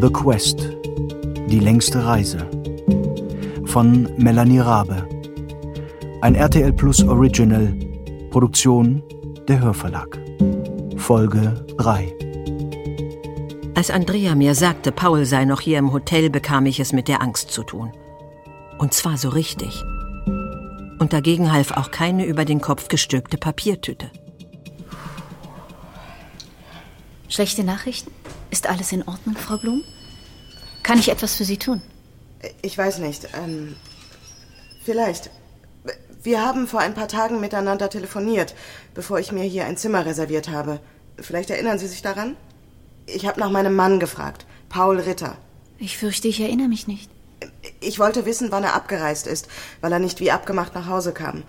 The Quest. Die längste Reise. Von Melanie Rabe. Ein RTL Plus Original. Produktion der Hörverlag. Folge 3. Als Andrea mir sagte, Paul sei noch hier im Hotel, bekam ich es mit der Angst zu tun. Und zwar so richtig. Und dagegen half auch keine über den Kopf gestülpte Papiertüte. Schlechte Nachrichten? Ist alles in Ordnung, Frau Blum? Kann ich etwas für Sie tun? Ich weiß nicht. Ähm, vielleicht. Wir haben vor ein paar Tagen miteinander telefoniert, bevor ich mir hier ein Zimmer reserviert habe. Vielleicht erinnern Sie sich daran? Ich habe nach meinem Mann gefragt, Paul Ritter. Ich fürchte, ich erinnere mich nicht. Ich wollte wissen, wann er abgereist ist, weil er nicht wie abgemacht nach Hause kam.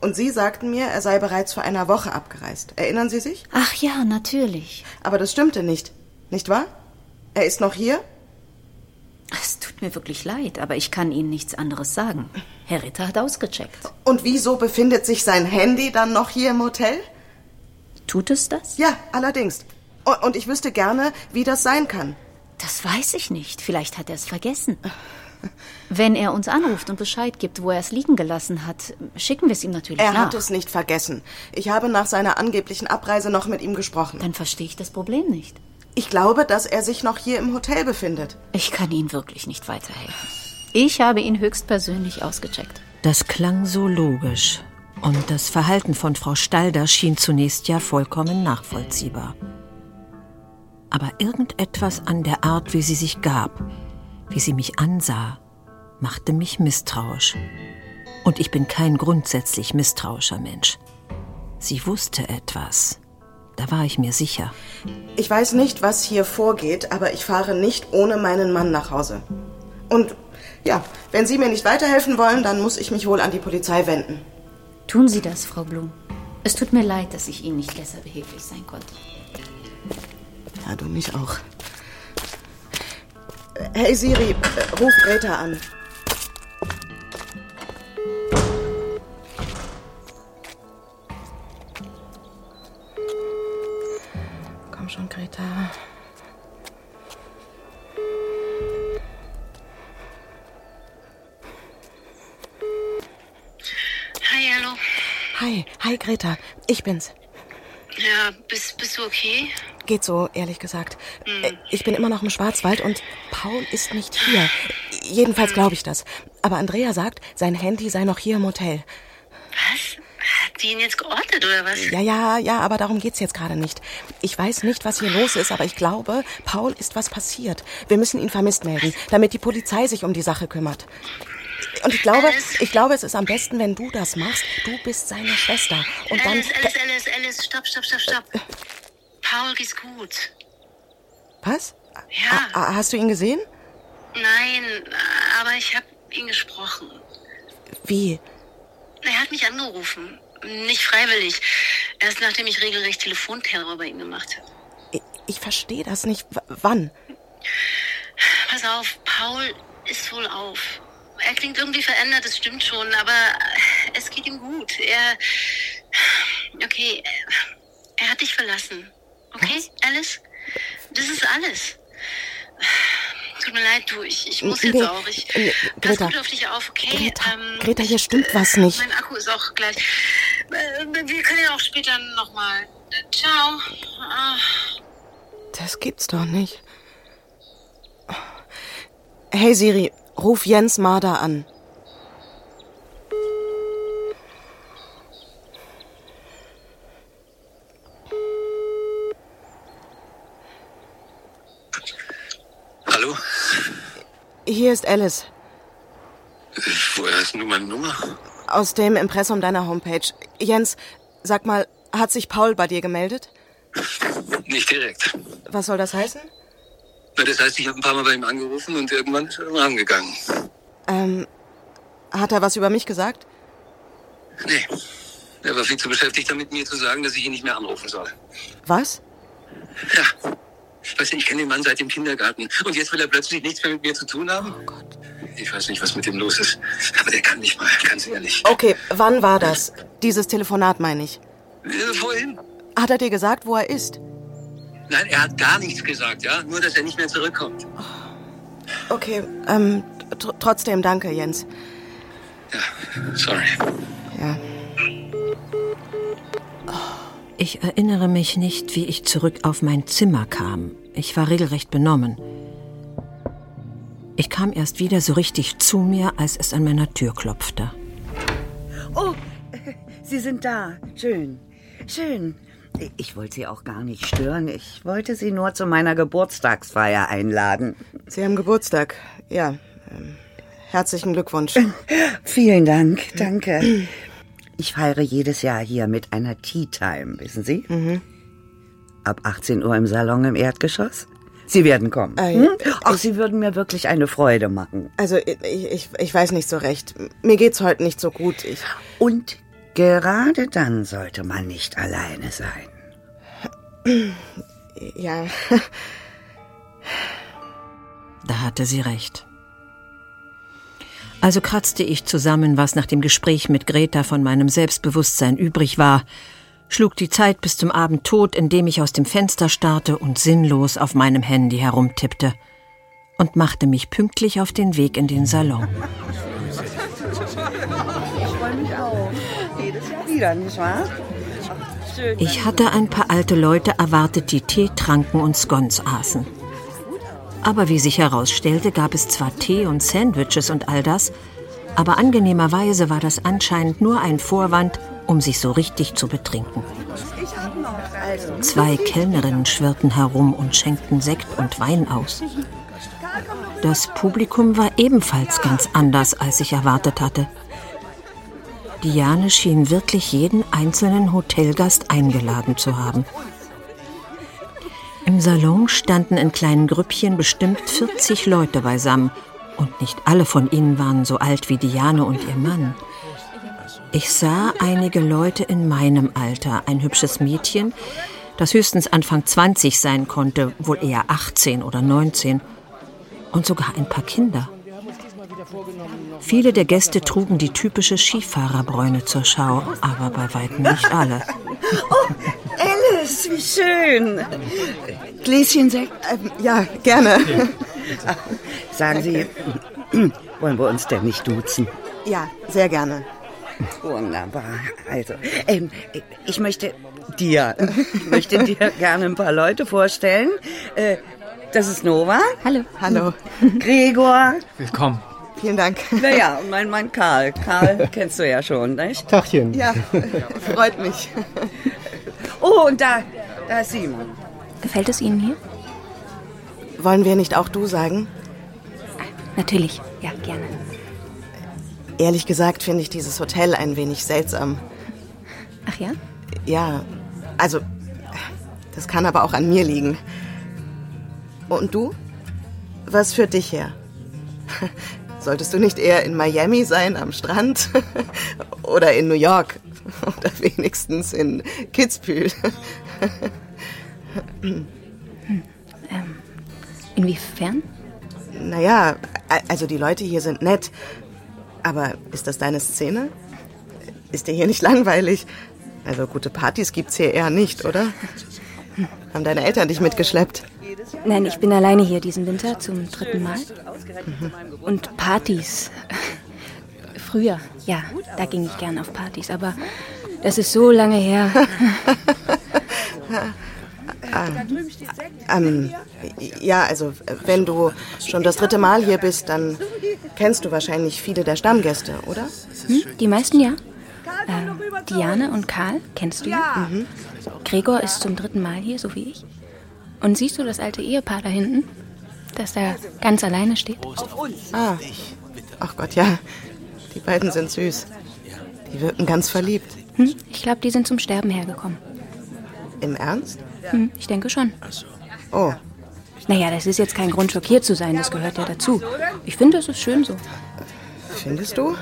Und Sie sagten mir, er sei bereits vor einer Woche abgereist. Erinnern Sie sich? Ach ja, natürlich. Aber das stimmte nicht, nicht wahr? Er ist noch hier? Es tut mir wirklich leid, aber ich kann Ihnen nichts anderes sagen. Herr Ritter hat ausgecheckt. Und wieso befindet sich sein Handy dann noch hier im Hotel? Tut es das? Ja, allerdings. Und ich wüsste gerne, wie das sein kann. Das weiß ich nicht. Vielleicht hat er es vergessen. Wenn er uns anruft und Bescheid gibt, wo er es liegen gelassen hat, schicken wir es ihm natürlich Er nach. hat es nicht vergessen. Ich habe nach seiner angeblichen Abreise noch mit ihm gesprochen. Dann verstehe ich das Problem nicht. Ich glaube, dass er sich noch hier im Hotel befindet. Ich kann Ihnen wirklich nicht weiterhelfen. Ich habe ihn höchstpersönlich ausgecheckt. Das klang so logisch. Und das Verhalten von Frau Stalder schien zunächst ja vollkommen nachvollziehbar. Aber irgendetwas an der Art, wie sie sich gab, wie sie mich ansah, machte mich misstrauisch. Und ich bin kein grundsätzlich misstrauischer Mensch. Sie wusste etwas. Da war ich mir sicher. Ich weiß nicht, was hier vorgeht, aber ich fahre nicht ohne meinen Mann nach Hause. Und ja, wenn Sie mir nicht weiterhelfen wollen, dann muss ich mich wohl an die Polizei wenden. Tun Sie das, Frau Blum. Es tut mir leid, dass ich Ihnen nicht besser behilflich sein konnte. Ja, du mich auch. Hey Siri, äh, ruf Greta an. Komm schon, Greta. Hi, hallo. Hi, hi Greta, ich bin's. Ja, bist, bist du okay? Geht so, ehrlich gesagt. Äh, Ich bin immer noch im Schwarzwald und Paul ist nicht hier. Jedenfalls glaube ich das. Aber Andrea sagt, sein Handy sei noch hier im Hotel. Was? Hat die ihn jetzt geortet oder was? Ja, ja, ja, aber darum geht's jetzt gerade nicht. Ich weiß nicht, was hier los ist, aber ich glaube, Paul ist was passiert. Wir müssen ihn vermisst melden, damit die Polizei sich um die Sache kümmert. Und ich glaube, ich glaube, es ist am besten, wenn du das machst. Du bist seine Schwester. Und dann. Alice, Alice, Alice, Alice, stopp, stopp, stopp, stopp. Paul geht's gut. Was? Ja. A- a- Hast du ihn gesehen? Nein, aber ich habe ihn gesprochen. Wie? Er hat mich angerufen. Nicht freiwillig. Erst nachdem ich regelrecht Telefonterror bei ihm gemacht habe. Ich, ich verstehe das nicht. W wann? Pass auf, Paul ist wohl auf. Er klingt irgendwie verändert, das stimmt schon, aber es geht ihm gut. Er. Okay, er hat dich verlassen. Okay, Alice? Das ist alles. Tut mir leid, du, ich, ich muss jetzt Nee, auch. Ich, nee, pass Greta. gut auf dich auf, okay? Ähm, äh, Greta, Greta, hier stimmt was nicht. Mein Akku ist auch gleich. Äh, Wir können ja auch später nochmal. Ciao. Ah. Das gibt's doch nicht. Hey Siri, ruf Jens Marder an. Hallo? Hier ist Alice Woher hast denn du meine Nummer? aus dem Impressum deiner Homepage. Jens, sag mal, hat sich Paul bei dir gemeldet? Nicht direkt. Was soll das heißen? Na, Das heißt, ich habe ein paar Mal bei ihm angerufen und irgendwann ist er dann rangegangen. Ähm, hat er was über mich gesagt? Nee. Er war viel zu beschäftigt damit, mir zu sagen, dass ich ihn nicht mehr anrufen soll. Was? Ja. Weißt du, ich kenne den Mann seit dem Kindergarten. Und jetzt will er plötzlich nichts mehr mit mir zu tun haben? Oh Gott. Ich weiß nicht, was mit dem los ist. Aber der kann nicht mal, ganz ehrlich. Okay, wann war das? Dieses Telefonat meine ich. Äh, Vorhin? Hat er dir gesagt, wo er ist? Nein, er hat gar nichts gesagt, ja? Nur, dass er nicht mehr zurückkommt. Okay, ähm, tr trotzdem danke, Jens. Ja, sorry. Ja. Ich erinnere mich nicht, wie ich zurück auf mein Zimmer kam. Ich war regelrecht benommen. Ich kam erst wieder so richtig zu mir, als es an meiner Tür klopfte. Oh, Sie sind da. Schön. Schön. Ich wollte Sie auch gar nicht stören. Ich wollte Sie nur zu meiner Geburtstagsfeier einladen. Sie haben Geburtstag. Ja. Ähm, herzlichen Glückwunsch. Vielen Dank. Danke. Ich feiere jedes Jahr hier mit einer Tea Time, wissen Sie? Mhm. Ab 18 Uhr im Salon im Erdgeschoss. Sie werden kommen. Ei, Hm? Auch Sie würden mir wirklich eine Freude machen. Also, ich, ich, ich weiß nicht so recht. Mir geht's heute nicht so gut. Ich, Und gerade dann sollte man nicht alleine sein. ja. Da hatte sie recht. Also kratzte ich zusammen, was nach dem Gespräch mit Greta von meinem Selbstbewusstsein übrig war, schlug die Zeit bis zum Abend tot, indem ich aus dem Fenster starrte und sinnlos auf meinem Handy herumtippte und machte mich pünktlich auf den Weg in den Salon. Wieder, nicht wahr? Ich hatte ein paar alte Leute erwartet, die Tee tranken und Scones aßen. Aber wie sich herausstellte, gab es zwar Tee und Sandwiches und all das, aber angenehmerweise war das anscheinend nur ein Vorwand, um sich so richtig zu betrinken. Also. Zwei Kellnerinnen schwirrten herum und schenkten Sekt und Wein aus. Das Publikum war ebenfalls ganz anders, als ich erwartet hatte. Diane schien wirklich jeden einzelnen Hotelgast eingeladen zu haben. Im Salon standen in kleinen Grüppchen bestimmt 40 Leute beisammen und nicht alle von ihnen waren so alt wie Diane und ihr Mann. Ich sah einige Leute in meinem Alter, ein hübsches Mädchen, das höchstens Anfang 20 sein konnte, wohl eher 18 oder 19, und sogar ein paar Kinder. Viele der Gäste trugen die typische Skifahrerbräune zur Schau, aber bei weitem nicht alle. Alice, wie schön. Gläschen Sekt. äh, Ähm, ja, gerne. Sagen Sie, wollen wir uns denn nicht duzen? Ja, sehr gerne. Wunderbar. Also, ähm, ich möchte dir, ich möchte dir gerne ein paar Leute vorstellen. Äh, das ist Nova, Hallo. Hallo. Gregor, Willkommen. Vielen Dank. naja, und mein Mann Karl. Karl kennst du ja schon, nicht? Tachchen. Ja, freut mich. Oh, und da, da ist Simon. Gefällt es Ihnen hier? Wollen wir nicht auch du sagen? Natürlich, ja, gerne. Ehrlich gesagt finde ich dieses Hotel ein wenig seltsam. Ach ja? Ja, also, das kann aber auch an mir liegen. Und du? Was führt dich her? Solltest du nicht eher in Miami sein, am Strand? Oder in New York? Oder wenigstens in Kitzbühel? Hm. Ähm, Inwiefern? Naja, a- also die Leute hier sind nett. Aber ist das deine Szene? Ist dir hier nicht langweilig? Also gute Partys gibt's hier eher nicht, oder? Haben deine Eltern dich mitgeschleppt? Nein, ich bin alleine hier diesen Winter zum dritten Mal. Mhm. Und Partys. Früher, ja, da ging ich gern auf Partys, aber das ist so lange her. Ah. Ähm, ja, also wenn du schon das dritte Mal hier bist, dann kennst du wahrscheinlich viele der Stammgäste, oder? Hm? Die meisten ja. Ähm, Diane und Karl kennst du ja. Mhm. Gregor ist zum dritten Mal hier, so wie ich. Und siehst du das alte Ehepaar da hinten, das da ganz alleine steht? Ah, ach Gott, ja. Die beiden sind süß. Die wirken ganz verliebt. Hm? Ich glaube, die sind zum Sterben hergekommen. Im Ernst? Hm, ich denke schon. Oh, Naja, das ist jetzt kein Grund, schockiert zu sein, das gehört ja dazu. Ich finde, es ist schön so. findest du?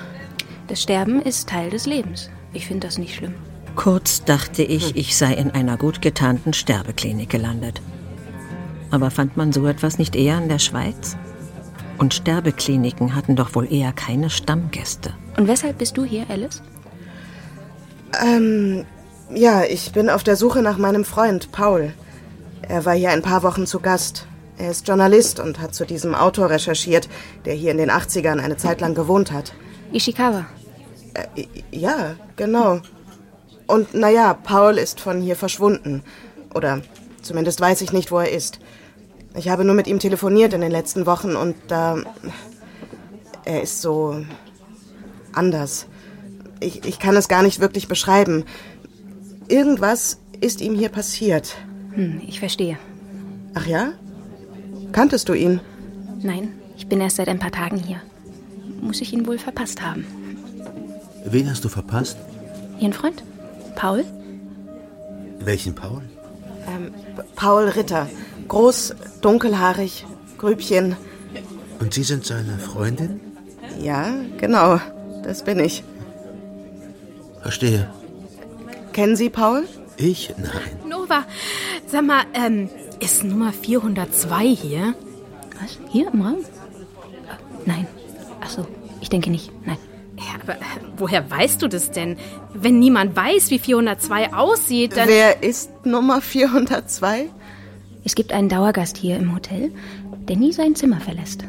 Das Sterben ist Teil des Lebens. Ich finde das nicht schlimm. Kurz dachte ich, ich sei in einer gut getarnten Sterbeklinik gelandet. Aber fand man so etwas nicht eher in der Schweiz? Und Sterbekliniken hatten doch wohl eher keine Stammgäste. Und weshalb bist du hier, Alice? Ähm, ja, ich bin auf der Suche nach meinem Freund, Paul. Er war hier ein paar Wochen zu Gast. Er ist Journalist und hat zu diesem Autor recherchiert, der hier in den 80ern eine Zeit lang gewohnt hat. Ishikawa. Äh, ja, genau. Und naja, Paul ist von hier verschwunden. Oder zumindest weiß ich nicht, wo er ist. Ich habe nur mit ihm telefoniert in den letzten Wochen und da. er ist so. anders. Ich, ich kann es gar nicht wirklich beschreiben. Irgendwas ist ihm hier passiert. Hm, ich verstehe. Ach ja? Kanntest du ihn? Nein, ich bin erst seit ein paar Tagen hier. Muss ich ihn wohl verpasst haben. Wen hast du verpasst? Ihren Freund? Paul? Welchen Paul? Ähm, Paul Ritter. Groß, dunkelhaarig, Grübchen. Und Sie sind seine Freundin? Ja, genau. Das bin ich. Verstehe. Kennen Sie Paul? Ich? Nein. Nova, sag mal, ähm, ist Nummer 402 hier? Was? Hier im Raum? Ah, Nein. Ach so, ich denke nicht. Nein. Ja, aber äh, woher weißt du das denn? Wenn niemand weiß, wie 402 aussieht, dann... Wer ist Nummer 402? Es gibt einen Dauergast hier im Hotel, der nie sein Zimmer verlässt.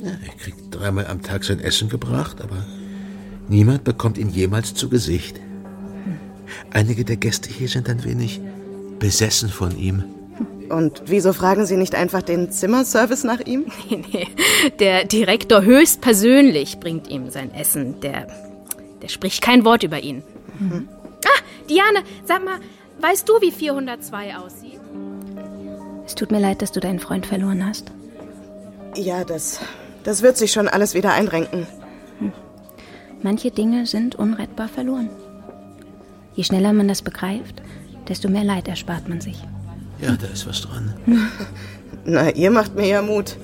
Ja, er kriegt dreimal am Tag sein Essen gebracht, aber niemand bekommt ihn jemals zu Gesicht. Einige der Gäste hier sind ein wenig besessen von ihm. Und wieso fragen Sie nicht einfach den Zimmerservice nach ihm? Nee, nee. Der Direktor höchstpersönlich bringt ihm sein Essen. Der, der spricht kein Wort über ihn. Ah, Diane, sag mal, weißt du, wie 402 aussieht? Es tut mir leid, dass du deinen Freund verloren hast. Ja, das, das wird sich schon alles wieder einrenken. Manche Dinge sind unrettbar verloren. Je schneller man das begreift, desto mehr Leid erspart man sich. Ja, da ist was dran. Na, ihr macht mir ja Mut.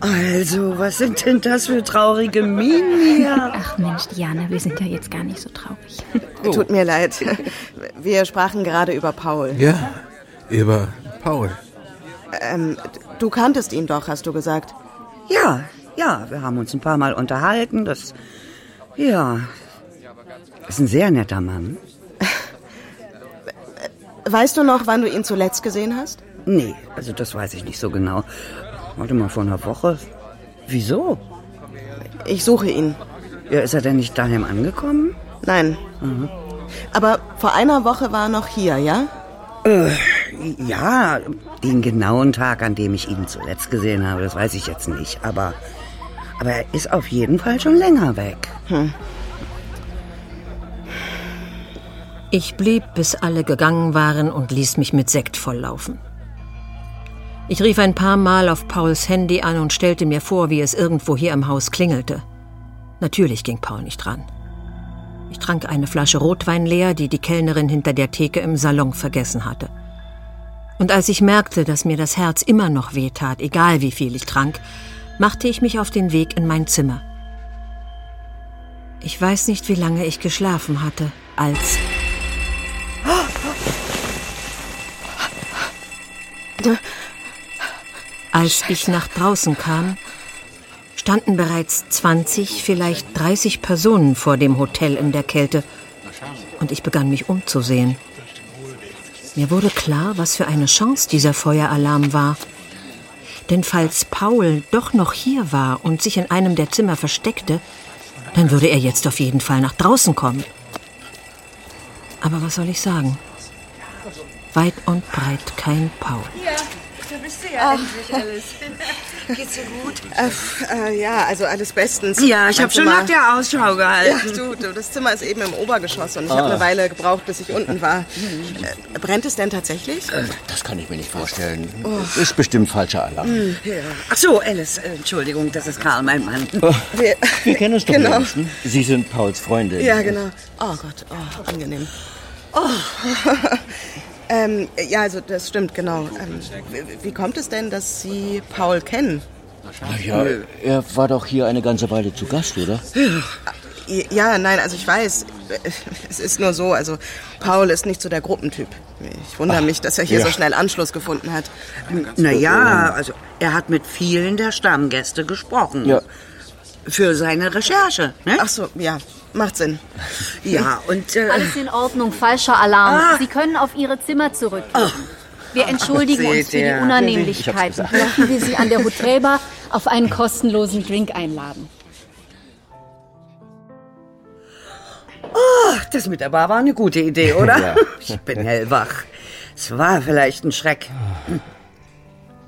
Also, was sind denn das für traurige Minen hier? Ach Mensch, Diana, wir sind ja jetzt gar nicht so traurig. Tut mir leid. Wir sprachen gerade über Paul. Ja, über Paul. Ähm, du kanntest ihn doch, hast du gesagt. Ja, ja, wir haben uns ein paar Mal unterhalten. Das, ja, ist ein sehr netter Mann. Weißt du noch, wann du ihn zuletzt gesehen hast? Nee, also das weiß ich nicht so genau. Warte mal, vor einer Woche. Wieso? Ich suche ihn. Ja, ist er denn nicht daheim angekommen? Nein. Aber vor einer Woche war er noch hier, ja? Äh. Ja, den genauen Tag, an dem ich ihn zuletzt gesehen habe, das weiß ich jetzt nicht. Aber, aber er ist auf jeden Fall schon länger weg. Hm. Ich blieb, bis alle gegangen waren und ließ mich mit Sekt volllaufen. Ich rief ein paar Mal auf Pauls Handy an und stellte mir vor, wie es irgendwo hier im Haus klingelte. Natürlich ging Paul nicht ran. Ich trank eine Flasche Rotwein leer, die die Kellnerin hinter der Theke im Salon vergessen hatte. Und als ich merkte, dass mir das Herz immer noch wehtat, egal wie viel ich trank, machte ich mich auf den Weg in mein Zimmer. Ich weiß nicht, wie lange ich geschlafen hatte, als Oh. Als ich nach draußen kam, standen bereits 20, vielleicht 30 Personen vor dem Hotel in der Kälte und ich begann mich umzusehen. Mir wurde klar, was für eine Chance dieser Feueralarm war. Denn falls Paul doch noch hier war und sich in einem der Zimmer versteckte, dann würde er jetzt auf jeden Fall nach draußen kommen. Aber was soll ich sagen? Weit und breit kein Paul. Äh, ja, also alles bestens. Ja, ich Mein habe schon Zimmer- nach der Ausschau Ja, gehalten. du, du, das Zimmer ist eben im Obergeschoss und ich habe eine Weile gebraucht, bis ich unten war. Äh, brennt es denn tatsächlich? Das kann ich mir nicht vorstellen. Ist bestimmt falscher Alarm. Ach so, Alice, äh, Entschuldigung, das ist Karl, mein Mann. Wir, Wir kennen uns doch genau. längst. Sie sind Pauls Freundin. Ja, genau. Oh Gott, oh, angenehm. Oh. ähm, ja, also das stimmt, genau. Ähm, wie- wie kommt es denn, dass Sie Paul kennen? Ah, Ach ja, er war doch hier eine ganze Weile zu Gast, oder? Äh, Ja, nein, also ich weiß, es ist nur so, also Paul ist nicht so der Gruppentyp. Ich wundere mich, dass er hier ja. so schnell Anschluss gefunden hat. Naja, also er hat mit vielen der Stammgäste gesprochen. Ja. Für seine Recherche, ne? Ach so, ja, Macht Sinn. Ja, und... Äh, Alles in Ordnung, falscher Alarm. Ah. Sie können auf Ihre Zimmer zurück. Ah. Wir entschuldigen Seht uns für ihr. die Unannehmlichkeiten. Ich hab's gesagt. Möchten wir Sie an der Hotelbar auf einen kostenlosen Drink einladen? oh, das mit der Bar war eine gute Idee, oder? Ja. Ich bin hellwach. Es war vielleicht ein Schreck. Hm.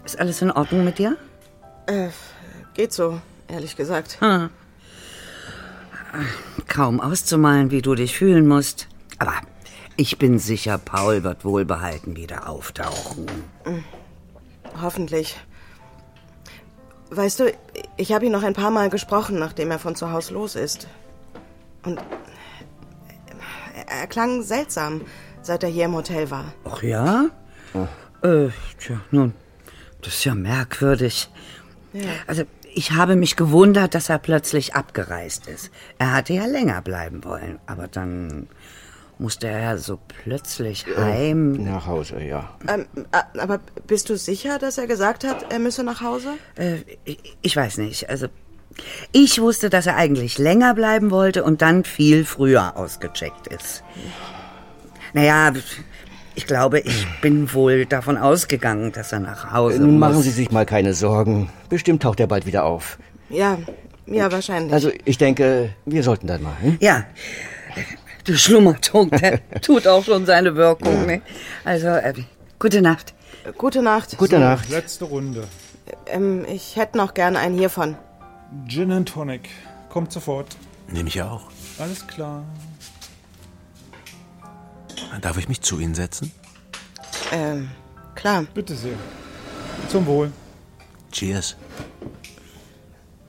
Ist alles in Ordnung mit dir? Äh, geht so, ehrlich gesagt. Hm. Kaum auszumalen, wie du dich fühlen musst. Aber ich bin sicher, Paul wird wohlbehalten wieder auftauchen. Hoffentlich. Weißt du, ich habe ihn noch ein paar Mal gesprochen, nachdem er von zu Hause los ist. Und er klang seltsam, seit er hier im Hotel war. Ach ja? Äh, tja, nun, das ist ja merkwürdig. Ja. Also, ich habe mich gewundert, dass er plötzlich abgereist ist. Er hatte ja länger bleiben wollen, aber dann musste er ja so plötzlich heim. Nach Hause, ja. Ähm, a- aber bist du sicher, dass er gesagt hat, er müsse nach Hause? Äh, ich, ich weiß nicht, also ich wusste, dass er eigentlich länger bleiben wollte und dann viel früher ausgecheckt ist. Naja, ich glaube, ich bin wohl davon ausgegangen, dass er nach Hause Nun muss. machen Sie sich mal keine Sorgen. Bestimmt taucht er bald wieder auf. Ja, ja, wahrscheinlich. Also ich denke, wir sollten dann mal. Hm? Ja. Der Schlummertrunk, der tut auch schon seine Wirkung. Ne? Also, äh, ähm, gute Nacht. Gute Nacht. Gute Nacht. Letzte Runde. Ähm, ich hätte noch gerne einen hiervon. Gin and Tonic. Kommt sofort. Nehme ich auch. Alles klar. Darf ich mich zu Ihnen setzen? Ähm, klar. Bitte sehr. Zum Wohl. Cheers.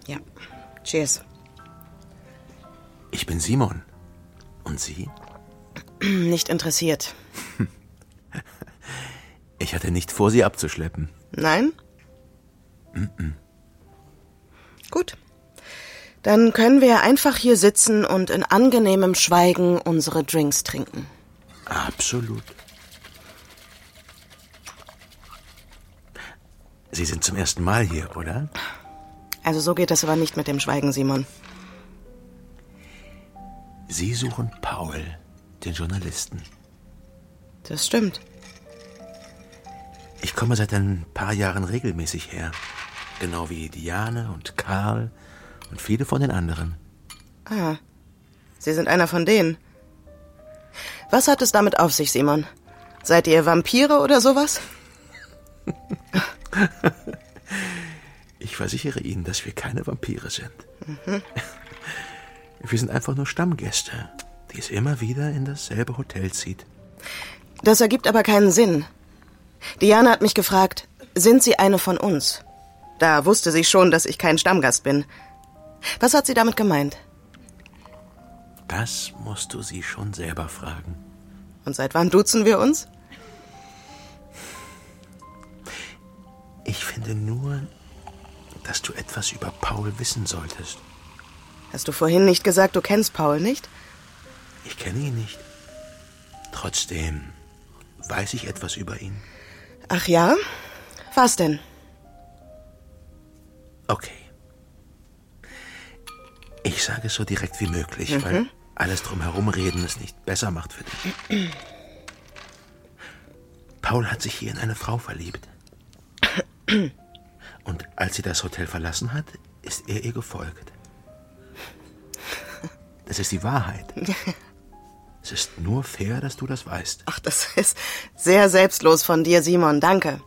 Ja. Cheers. Ich bin Simon. Und Sie? Nicht interessiert. Ich hatte nicht vor, Sie abzuschleppen. Nein? Mm-mm. Gut. Dann können wir einfach hier sitzen und in angenehmem Schweigen unsere Drinks trinken. Absolut. Sie sind zum ersten Mal hier, oder? Also so geht das aber nicht mit dem Schweigen, Simon. Sie suchen Paul, den Journalisten. Das stimmt. Ich komme seit ein paar Jahren regelmäßig her. Genau wie Diane und Karl und viele von den anderen. Ah. Sie sind einer von denen. Was hat es damit auf sich, Simon? Seid ihr Vampire oder sowas? Ich versichere Ihnen, dass wir keine Vampire sind. Mhm. Wir sind einfach nur Stammgäste, die es immer wieder in dasselbe Hotel zieht. Das ergibt aber keinen Sinn. Diana hat mich gefragt, sind Sie eine von uns? Da wusste sie schon, dass ich kein Stammgast bin. Was hat sie damit gemeint? Das musst du sie schon selber fragen. Und seit wann duzen wir uns? Ich finde nur, dass du etwas über Paul wissen solltest. Hast du vorhin nicht gesagt, du kennst Paul nicht? Ich kenne ihn nicht. Trotzdem weiß ich etwas über ihn. Ach ja? Was denn? Okay. Ich sage es so direkt wie möglich, Mhm. weil alles drumherum reden es nicht besser macht für dich. Paul hat sich hier in eine Frau verliebt. Und als sie das Hotel verlassen hat, ist er ihr gefolgt. Das ist die Wahrheit. Es ist nur fair, dass du das weißt. Ach, das ist sehr selbstlos von dir, Simon. Danke.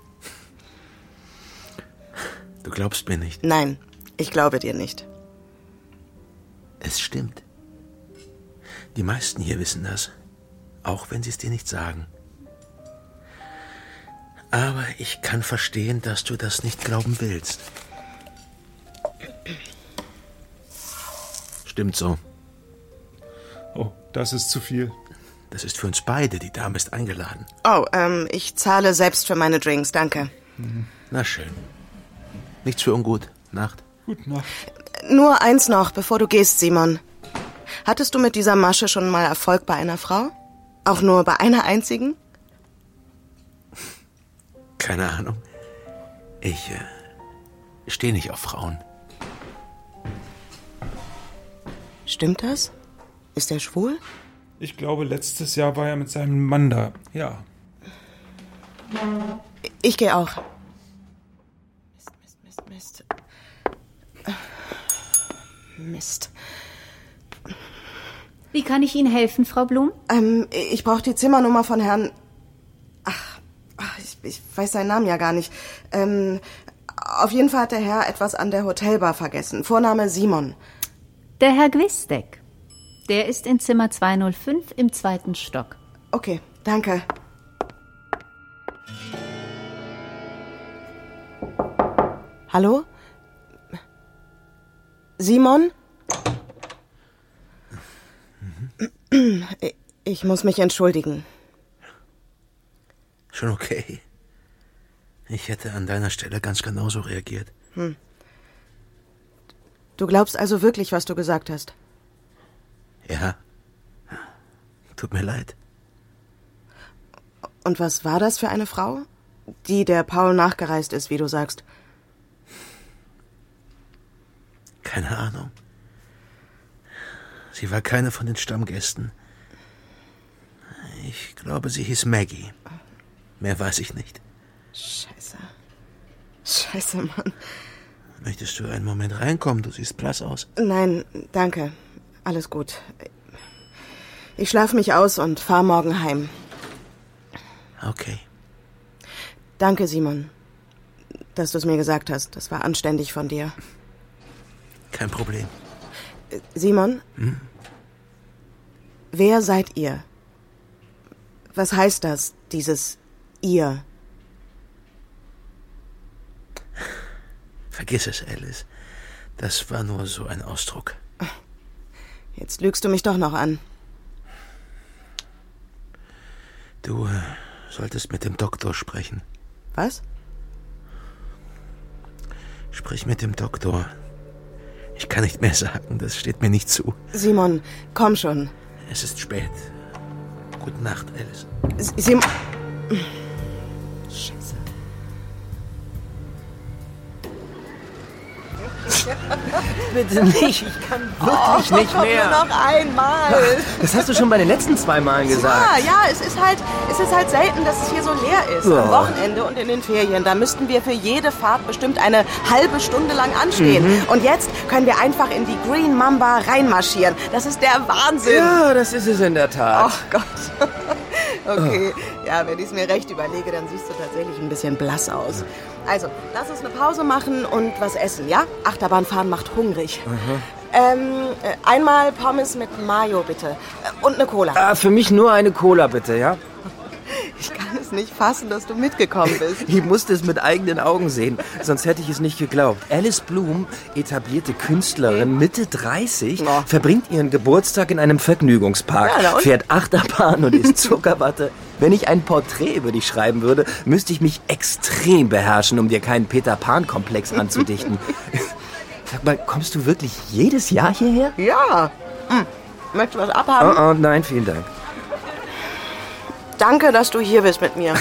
Du glaubst mir nicht. Nein, ich glaube dir nicht. Es stimmt. Die meisten hier wissen das, auch wenn sie es dir nicht sagen. Aber ich kann verstehen, dass du das nicht glauben willst. Stimmt so. Oh, das ist zu viel. Das ist für uns beide. Die Dame ist eingeladen. Oh, ähm, ich zahle selbst für meine Drinks. Danke. Na schön. Nichts für ungut. Nacht. Gute Nacht. Nur eins noch, bevor du gehst, Simon. Hattest du mit dieser Masche schon mal Erfolg bei einer Frau? Auch nur bei einer einzigen? Keine Ahnung. Ich äh, stehe nicht auf Frauen. Stimmt das? Ist er schwul? Ich glaube, letztes Jahr war er mit seinem Mann da. Ja. Ich gehe auch. Mist, Mist, Mist. Mist. Wie kann ich Ihnen helfen, Frau Blum? Ähm, ich brauche die Zimmernummer von Herrn. Ach, ach, ich, ich weiß seinen Namen ja gar nicht. Ähm, auf jeden Fall hat der Herr etwas an der Hotelbar vergessen. Vorname Simon. Der Herr Gwistek. Der ist in Zimmer 205 im zweiten Stock. Okay, danke. Hallo? Simon? Ich muss mich entschuldigen. Schon okay. Ich hätte an deiner Stelle ganz genauso reagiert. Hm. Du glaubst also wirklich, was du gesagt hast? Ja. Tut mir leid. Und was war das für eine Frau? Die, der Paul nachgereist ist, wie du sagst. Keine Ahnung. Sie war keine von den Stammgästen. Ich glaube, sie hieß Maggie. Mehr weiß ich nicht. Scheiße. Scheiße, Mann. Möchtest du einen Moment reinkommen? Du siehst blass aus. Nein, danke. Alles gut. Ich schlafe mich aus und fahr morgen heim. Okay. Danke, Simon, dass du es mir gesagt hast. Das war anständig von dir. Kein Problem. Simon? Hm? Wer seid ihr? Was heißt das, dieses ihr? Vergiss es, Alice. Das war nur so ein Ausdruck. Jetzt lügst du mich doch noch an. Du äh, solltest mit dem Doktor sprechen. Was? Sprich mit dem Doktor. Ich kann nicht mehr sagen, das steht mir nicht zu. Simon, komm schon. Es ist spät. Gute Nacht, Alice. S Simon. Scheiße. Bitte nicht, ich kann wirklich oh, nicht komm mehr. Nur noch einmal. Das hast du schon bei den letzten zwei Malen gesagt. Ah, Ja, ja, es ist halt, es ist halt selten, dass es hier so leer ist. Ja. Am Wochenende und in den Ferien. Da müssten wir für jede Fahrt bestimmt eine halbe Stunde lang anstehen. Mhm. Und jetzt können wir einfach in die Green Mamba reinmarschieren. Das ist der Wahnsinn. Ja, das ist es in der Tat. Oh Gott. Okay, ja, wenn ich es mir recht überlege, dann siehst du tatsächlich ein bisschen blass aus. Also, lass uns eine Pause machen und was essen, ja? Achterbahnfahren macht hungrig. Mhm. Ähm, äh, einmal Pommes mit Mayo, bitte. Äh, Und eine Cola. Ah, für mich nur eine Cola, bitte, ja? Ich kann es nicht fassen, dass du mitgekommen bist. Ich musste es mit eigenen Augen sehen, sonst hätte ich es nicht geglaubt. Alice Bloom, etablierte Künstlerin, Mitte 30, verbringt ihren Geburtstag in einem Vergnügungspark, Ja, na und? fährt Achterbahn und isst Zuckerwatte. Wenn ich ein Porträt über dich schreiben würde, müsste ich mich extrem beherrschen, um dir keinen Peter Pan-Komplex anzudichten. Sag mal, kommst du wirklich jedes Jahr hierher? Ja. Hm. Möchtest du was abhaben? Oh, oh, nein, vielen Dank. Danke, dass du hier bist mit mir.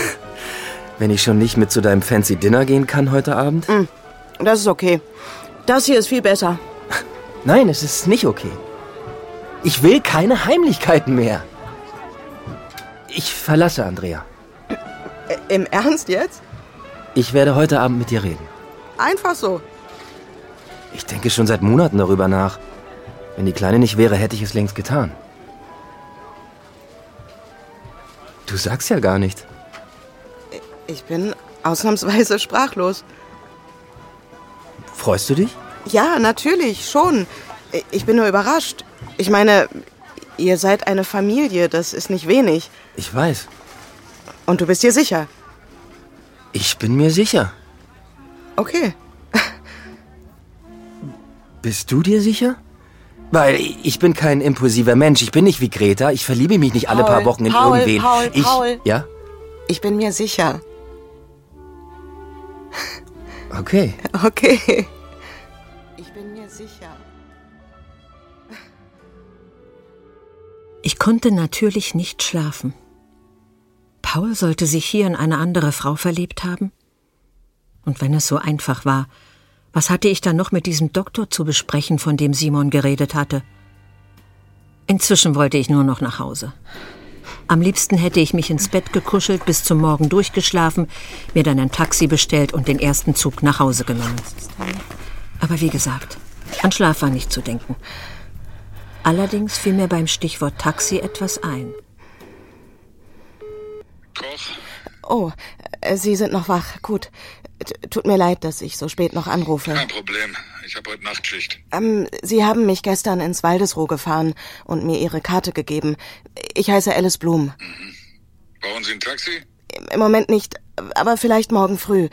Wenn ich schon nicht mit zu deinem Fancy Dinner gehen kann heute Abend? Hm. Das ist okay. Das hier ist viel besser. Nein, es ist nicht okay. Ich will keine Heimlichkeiten mehr. Ich verlasse Andrea. Ä- Im Ernst jetzt? Ich werde heute Abend mit dir reden. Einfach so. Ich denke schon seit Monaten darüber nach. Wenn die Kleine nicht wäre, hätte ich es längst getan. Du sagst ja gar nicht. Ich bin ausnahmsweise sprachlos. Freust du dich? Ja, natürlich, schon. I- Ich bin nur überrascht. Ich meine, ihr seid eine Familie, das ist nicht wenig. Ich weiß. Und du bist dir sicher? Ich bin mir sicher. Okay. Bist du dir sicher? Weil ich bin kein impulsiver Mensch. Ich bin nicht wie Greta. Ich verliebe mich nicht alle Paul, paar Wochen in Paul, irgendwen. Paul, ich, Paul. Ja? Ich bin mir sicher. Okay. Okay. Ich bin mir sicher. Ich konnte natürlich nicht schlafen. Paul sollte sich hier in eine andere Frau verliebt haben? Und wenn es so einfach war, was hatte ich dann noch mit diesem Doktor zu besprechen, von dem Simon geredet hatte? Inzwischen wollte ich nur noch nach Hause. Am liebsten hätte ich mich ins Bett gekuschelt, bis zum Morgen durchgeschlafen, mir dann ein Taxi bestellt und den ersten Zug nach Hause genommen. Aber wie gesagt, an Schlaf war nicht zu denken. Allerdings fiel mir beim Stichwort Taxi etwas ein. Oh, äh, Sie sind noch wach. Gut. T Tut mir leid, dass ich so spät noch anrufe. Kein Problem. Ich habe heute Nachtschicht. Ähm, Sie haben mich gestern ins Waldesruh gefahren und mir Ihre Karte gegeben. Ich heiße Alice Blum. Brauchen Sie ein Taxi? Im Moment nicht, aber vielleicht morgen früh.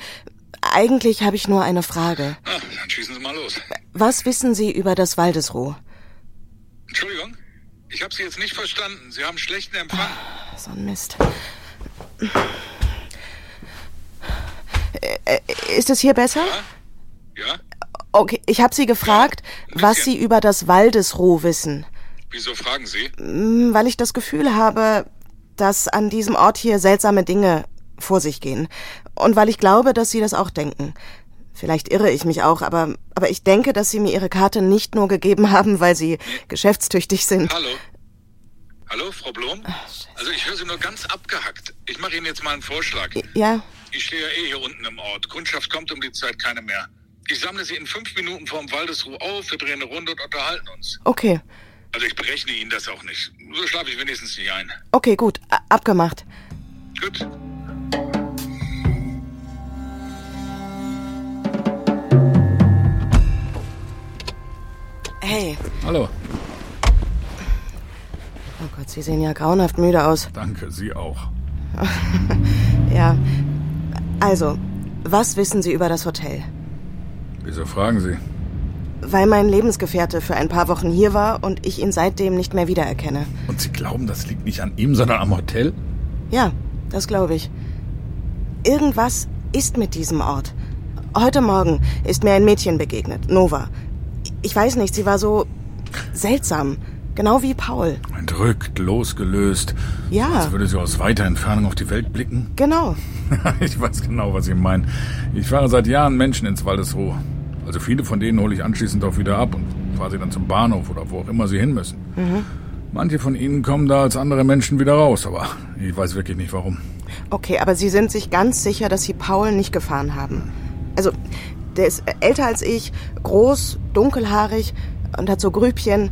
Eigentlich habe ich nur eine Frage. Ah, dann schießen Sie mal los. Was wissen Sie über das Waldesruh? Entschuldigung? Ich habe Sie jetzt nicht verstanden. Sie haben schlechten Empfang. So ein Mist. Äh, äh, Ist es hier besser? Ja? Okay, ich habe Sie gefragt, was Sie über das Waldesruh wissen. Wieso fragen Sie? Mm, Weil ich das Gefühl habe, dass an diesem Ort hier seltsame Dinge vor sich gehen. Und weil ich glaube, dass Sie das auch denken. Vielleicht irre ich mich auch, aber, aber ich denke, dass Sie mir Ihre Karte nicht nur gegeben haben, weil Sie geschäftstüchtig sind. Hallo? Hallo, Frau Blom? Also ich höre Sie nur ganz abgehackt. Ich mache Ihnen jetzt mal einen Vorschlag. Ja, Ich stehe ja eh hier unten im Ort. Kundschaft kommt um die Zeit keine mehr. Ich sammle Sie in fünf Minuten vorm Waldesruh auf, wir drehen eine Runde und unterhalten uns. okay. Also ich berechne Ihnen das auch nicht. So schlafe ich wenigstens nicht ein. Okay, gut. A abgemacht. Gut. Hey. Hallo. Oh Gott, Sie sehen ja grauenhaft müde aus. Danke, Sie auch. Ja. Also, was wissen Sie über das Hotel? Wieso fragen Sie? Weil mein Lebensgefährte für ein paar Wochen hier war und ich ihn seitdem nicht mehr wiedererkenne. Und Sie glauben, das liegt nicht an ihm, sondern am Hotel? Ja, das glaube ich. Irgendwas ist mit diesem Ort. Heute Morgen ist mir ein Mädchen begegnet, Nova. Ich weiß nicht, sie war so seltsam. Genau wie Paul. Entrückt, losgelöst. Ja, Als würde sie aus weiter Entfernung auf die Welt blicken. genau. ich weiß genau, was Sie meinen. Ich fahre seit Jahren Menschen ins Waldesruh. Also viele von denen hole ich anschließend auch wieder ab und fahre sie dann zum Bahnhof oder wo auch immer sie hin müssen. Mhm. Manche von ihnen kommen da als andere Menschen wieder raus, aber ich weiß wirklich nicht warum. Okay, aber Sie sind sich ganz sicher, dass Sie Paul nicht gefahren haben. Also, der ist älter als ich, groß, dunkelhaarig und hat so Grübchen.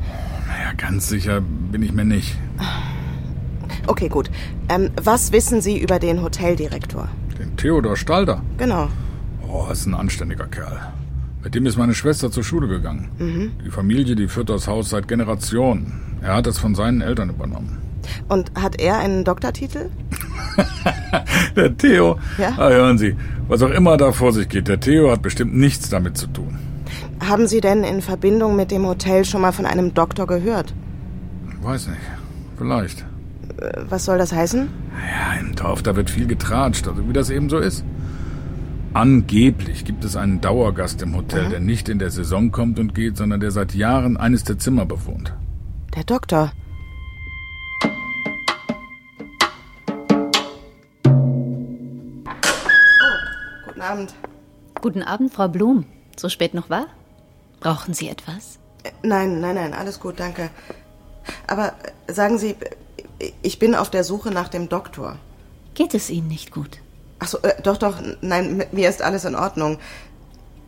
Naja, ganz sicher bin ich mir nicht. Okay, gut. Ähm, was wissen Sie über den Hoteldirektor? Den Theodor Stalder. Genau. Oh, ist ein anständiger Kerl. Mit dem ist meine Schwester zur Schule gegangen. Mhm. Die Familie, die führt das Haus seit Generationen. Er hat es von seinen Eltern übernommen. Und hat er einen Doktortitel? Der Theo. Ja? Ah, hören Sie, was auch immer da vor sich geht, der Theo hat bestimmt nichts damit zu tun. Haben Sie denn in Verbindung mit dem Hotel schon mal von einem Doktor gehört? Weiß nicht. Vielleicht. Äh, Was soll das heißen? Ja, im Dorf, da wird viel getratscht, also wie das eben so ist. Angeblich gibt es einen Dauergast im Hotel, der nicht in der Saison kommt und geht, sondern der seit Jahren eines der Zimmer bewohnt. Der Doktor. Guten Abend. Guten Abend, Frau Blum. So spät noch war? Brauchen Sie etwas? Äh, Nein, nein, nein, alles gut, danke. Aber äh, sagen Sie, äh, ich bin auf der Suche nach dem Doktor. Geht es Ihnen nicht gut? Ach so, äh, doch, doch, n- nein, mit mir ist alles in Ordnung.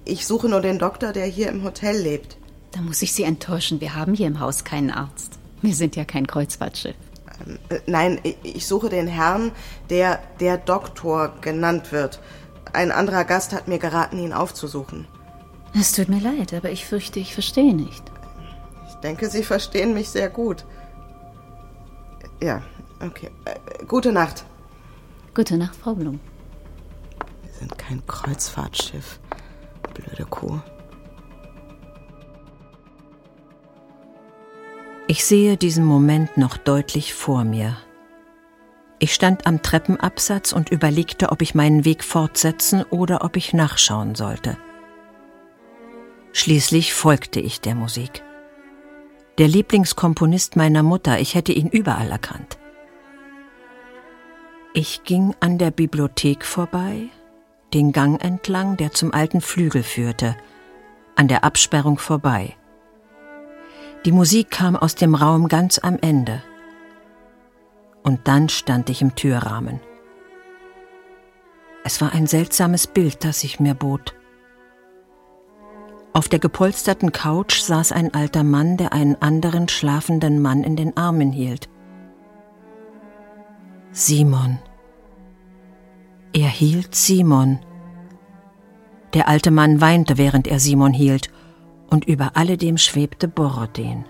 Ich suche nur den Doktor, der hier im Hotel lebt. Da muss ich Sie enttäuschen. Wir haben hier im Haus keinen Arzt. Wir sind ja kein Kreuzfahrtschiff. Äh, Nein, i- ich suche den Herrn, der der Doktor genannt wird. Ein anderer Gast hat mir geraten, ihn aufzusuchen. Es tut mir leid, aber ich fürchte, ich verstehe nicht. Ich denke, Sie verstehen mich sehr gut. Ja, okay. Äh, Gute Nacht. Gute Nacht, Frau Blum. Wir sind kein Kreuzfahrtschiff. Blöde Kuh. Ich sehe diesen Moment noch deutlich vor mir. Ich stand am Treppenabsatz und überlegte, ob ich meinen Weg fortsetzen oder ob ich nachschauen sollte. Schließlich folgte ich der Musik. Der Lieblingskomponist meiner Mutter, ich hätte ihn überall erkannt. Ich ging an der Bibliothek vorbei, den Gang entlang, der zum alten Flügel führte, an der Absperrung vorbei. Die Musik kam aus dem Raum ganz am Ende. Und dann stand ich im Türrahmen. Es war ein seltsames Bild, das sich mir bot. Auf der gepolsterten Couch saß ein alter Mann, der einen anderen schlafenden Mann in den Armen hielt. Simon. Er hielt Simon. Der alte Mann weinte, während er Simon hielt, und über alledem schwebte Borodin.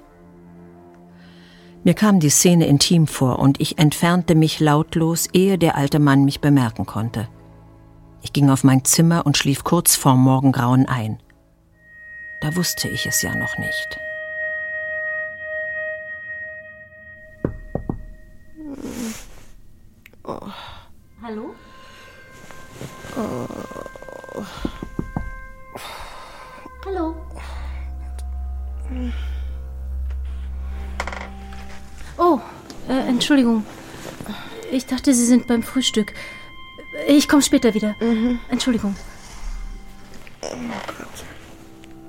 Mir kam die Szene intim vor, und ich entfernte mich lautlos, ehe der alte Mann mich bemerken konnte. Ich ging auf mein Zimmer und schlief kurz vorm Morgengrauen ein. Da wusste ich es ja noch nicht. Oh. Hallo? Oh. Hallo? Oh, äh, Entschuldigung. Ich dachte, Sie sind beim Frühstück. Ich komme später wieder. Entschuldigung.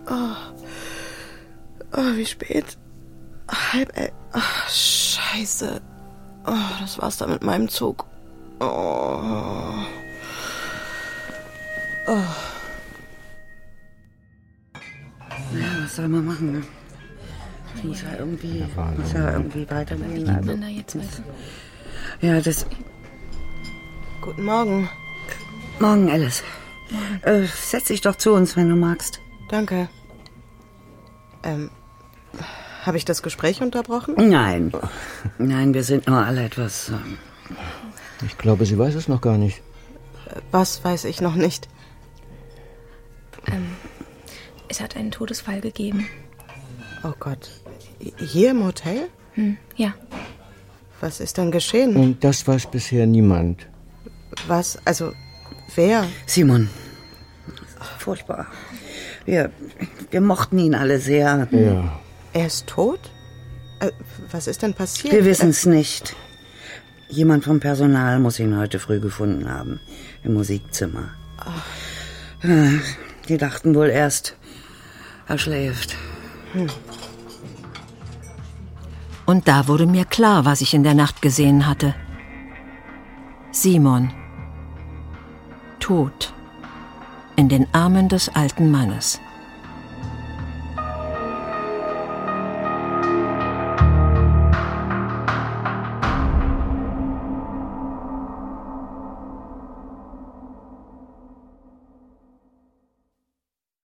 Oh. oh, wie spät? Halb elf. Ach, scheiße. Oh, das war's dann mit meinem Zug. Oh. Oh. Ja, was soll man machen? ne? Ich muss ja irgendwie, muss ja irgendwie weitergehen. Also. Ja, das. Guten Morgen. Morgen, Alice. Äh, setz dich doch zu uns, wenn du magst. Danke. Ähm, habe ich das Gespräch unterbrochen? Nein. Nein, wir sind nur alle etwas. ähm, Ich glaube, sie weiß es noch gar nicht. Was weiß ich noch nicht. Ähm, Es hat einen Todesfall gegeben. Oh Gott. Hier im Hotel? Hm, ja. Was ist denn geschehen? Und das weiß bisher niemand. Was? Also, wer? Simon. Furchtbar. Wir, wir mochten ihn alle sehr. Ja. Er ist tot? Äh, was ist denn passiert? Wir wissen es nicht. Jemand vom Personal muss ihn heute früh gefunden haben. Im Musikzimmer. Äh, Die dachten wohl erst, er schläft. Und da wurde mir klar, was ich in der Nacht gesehen hatte. Simon. Tot. In den Armen des alten Mannes.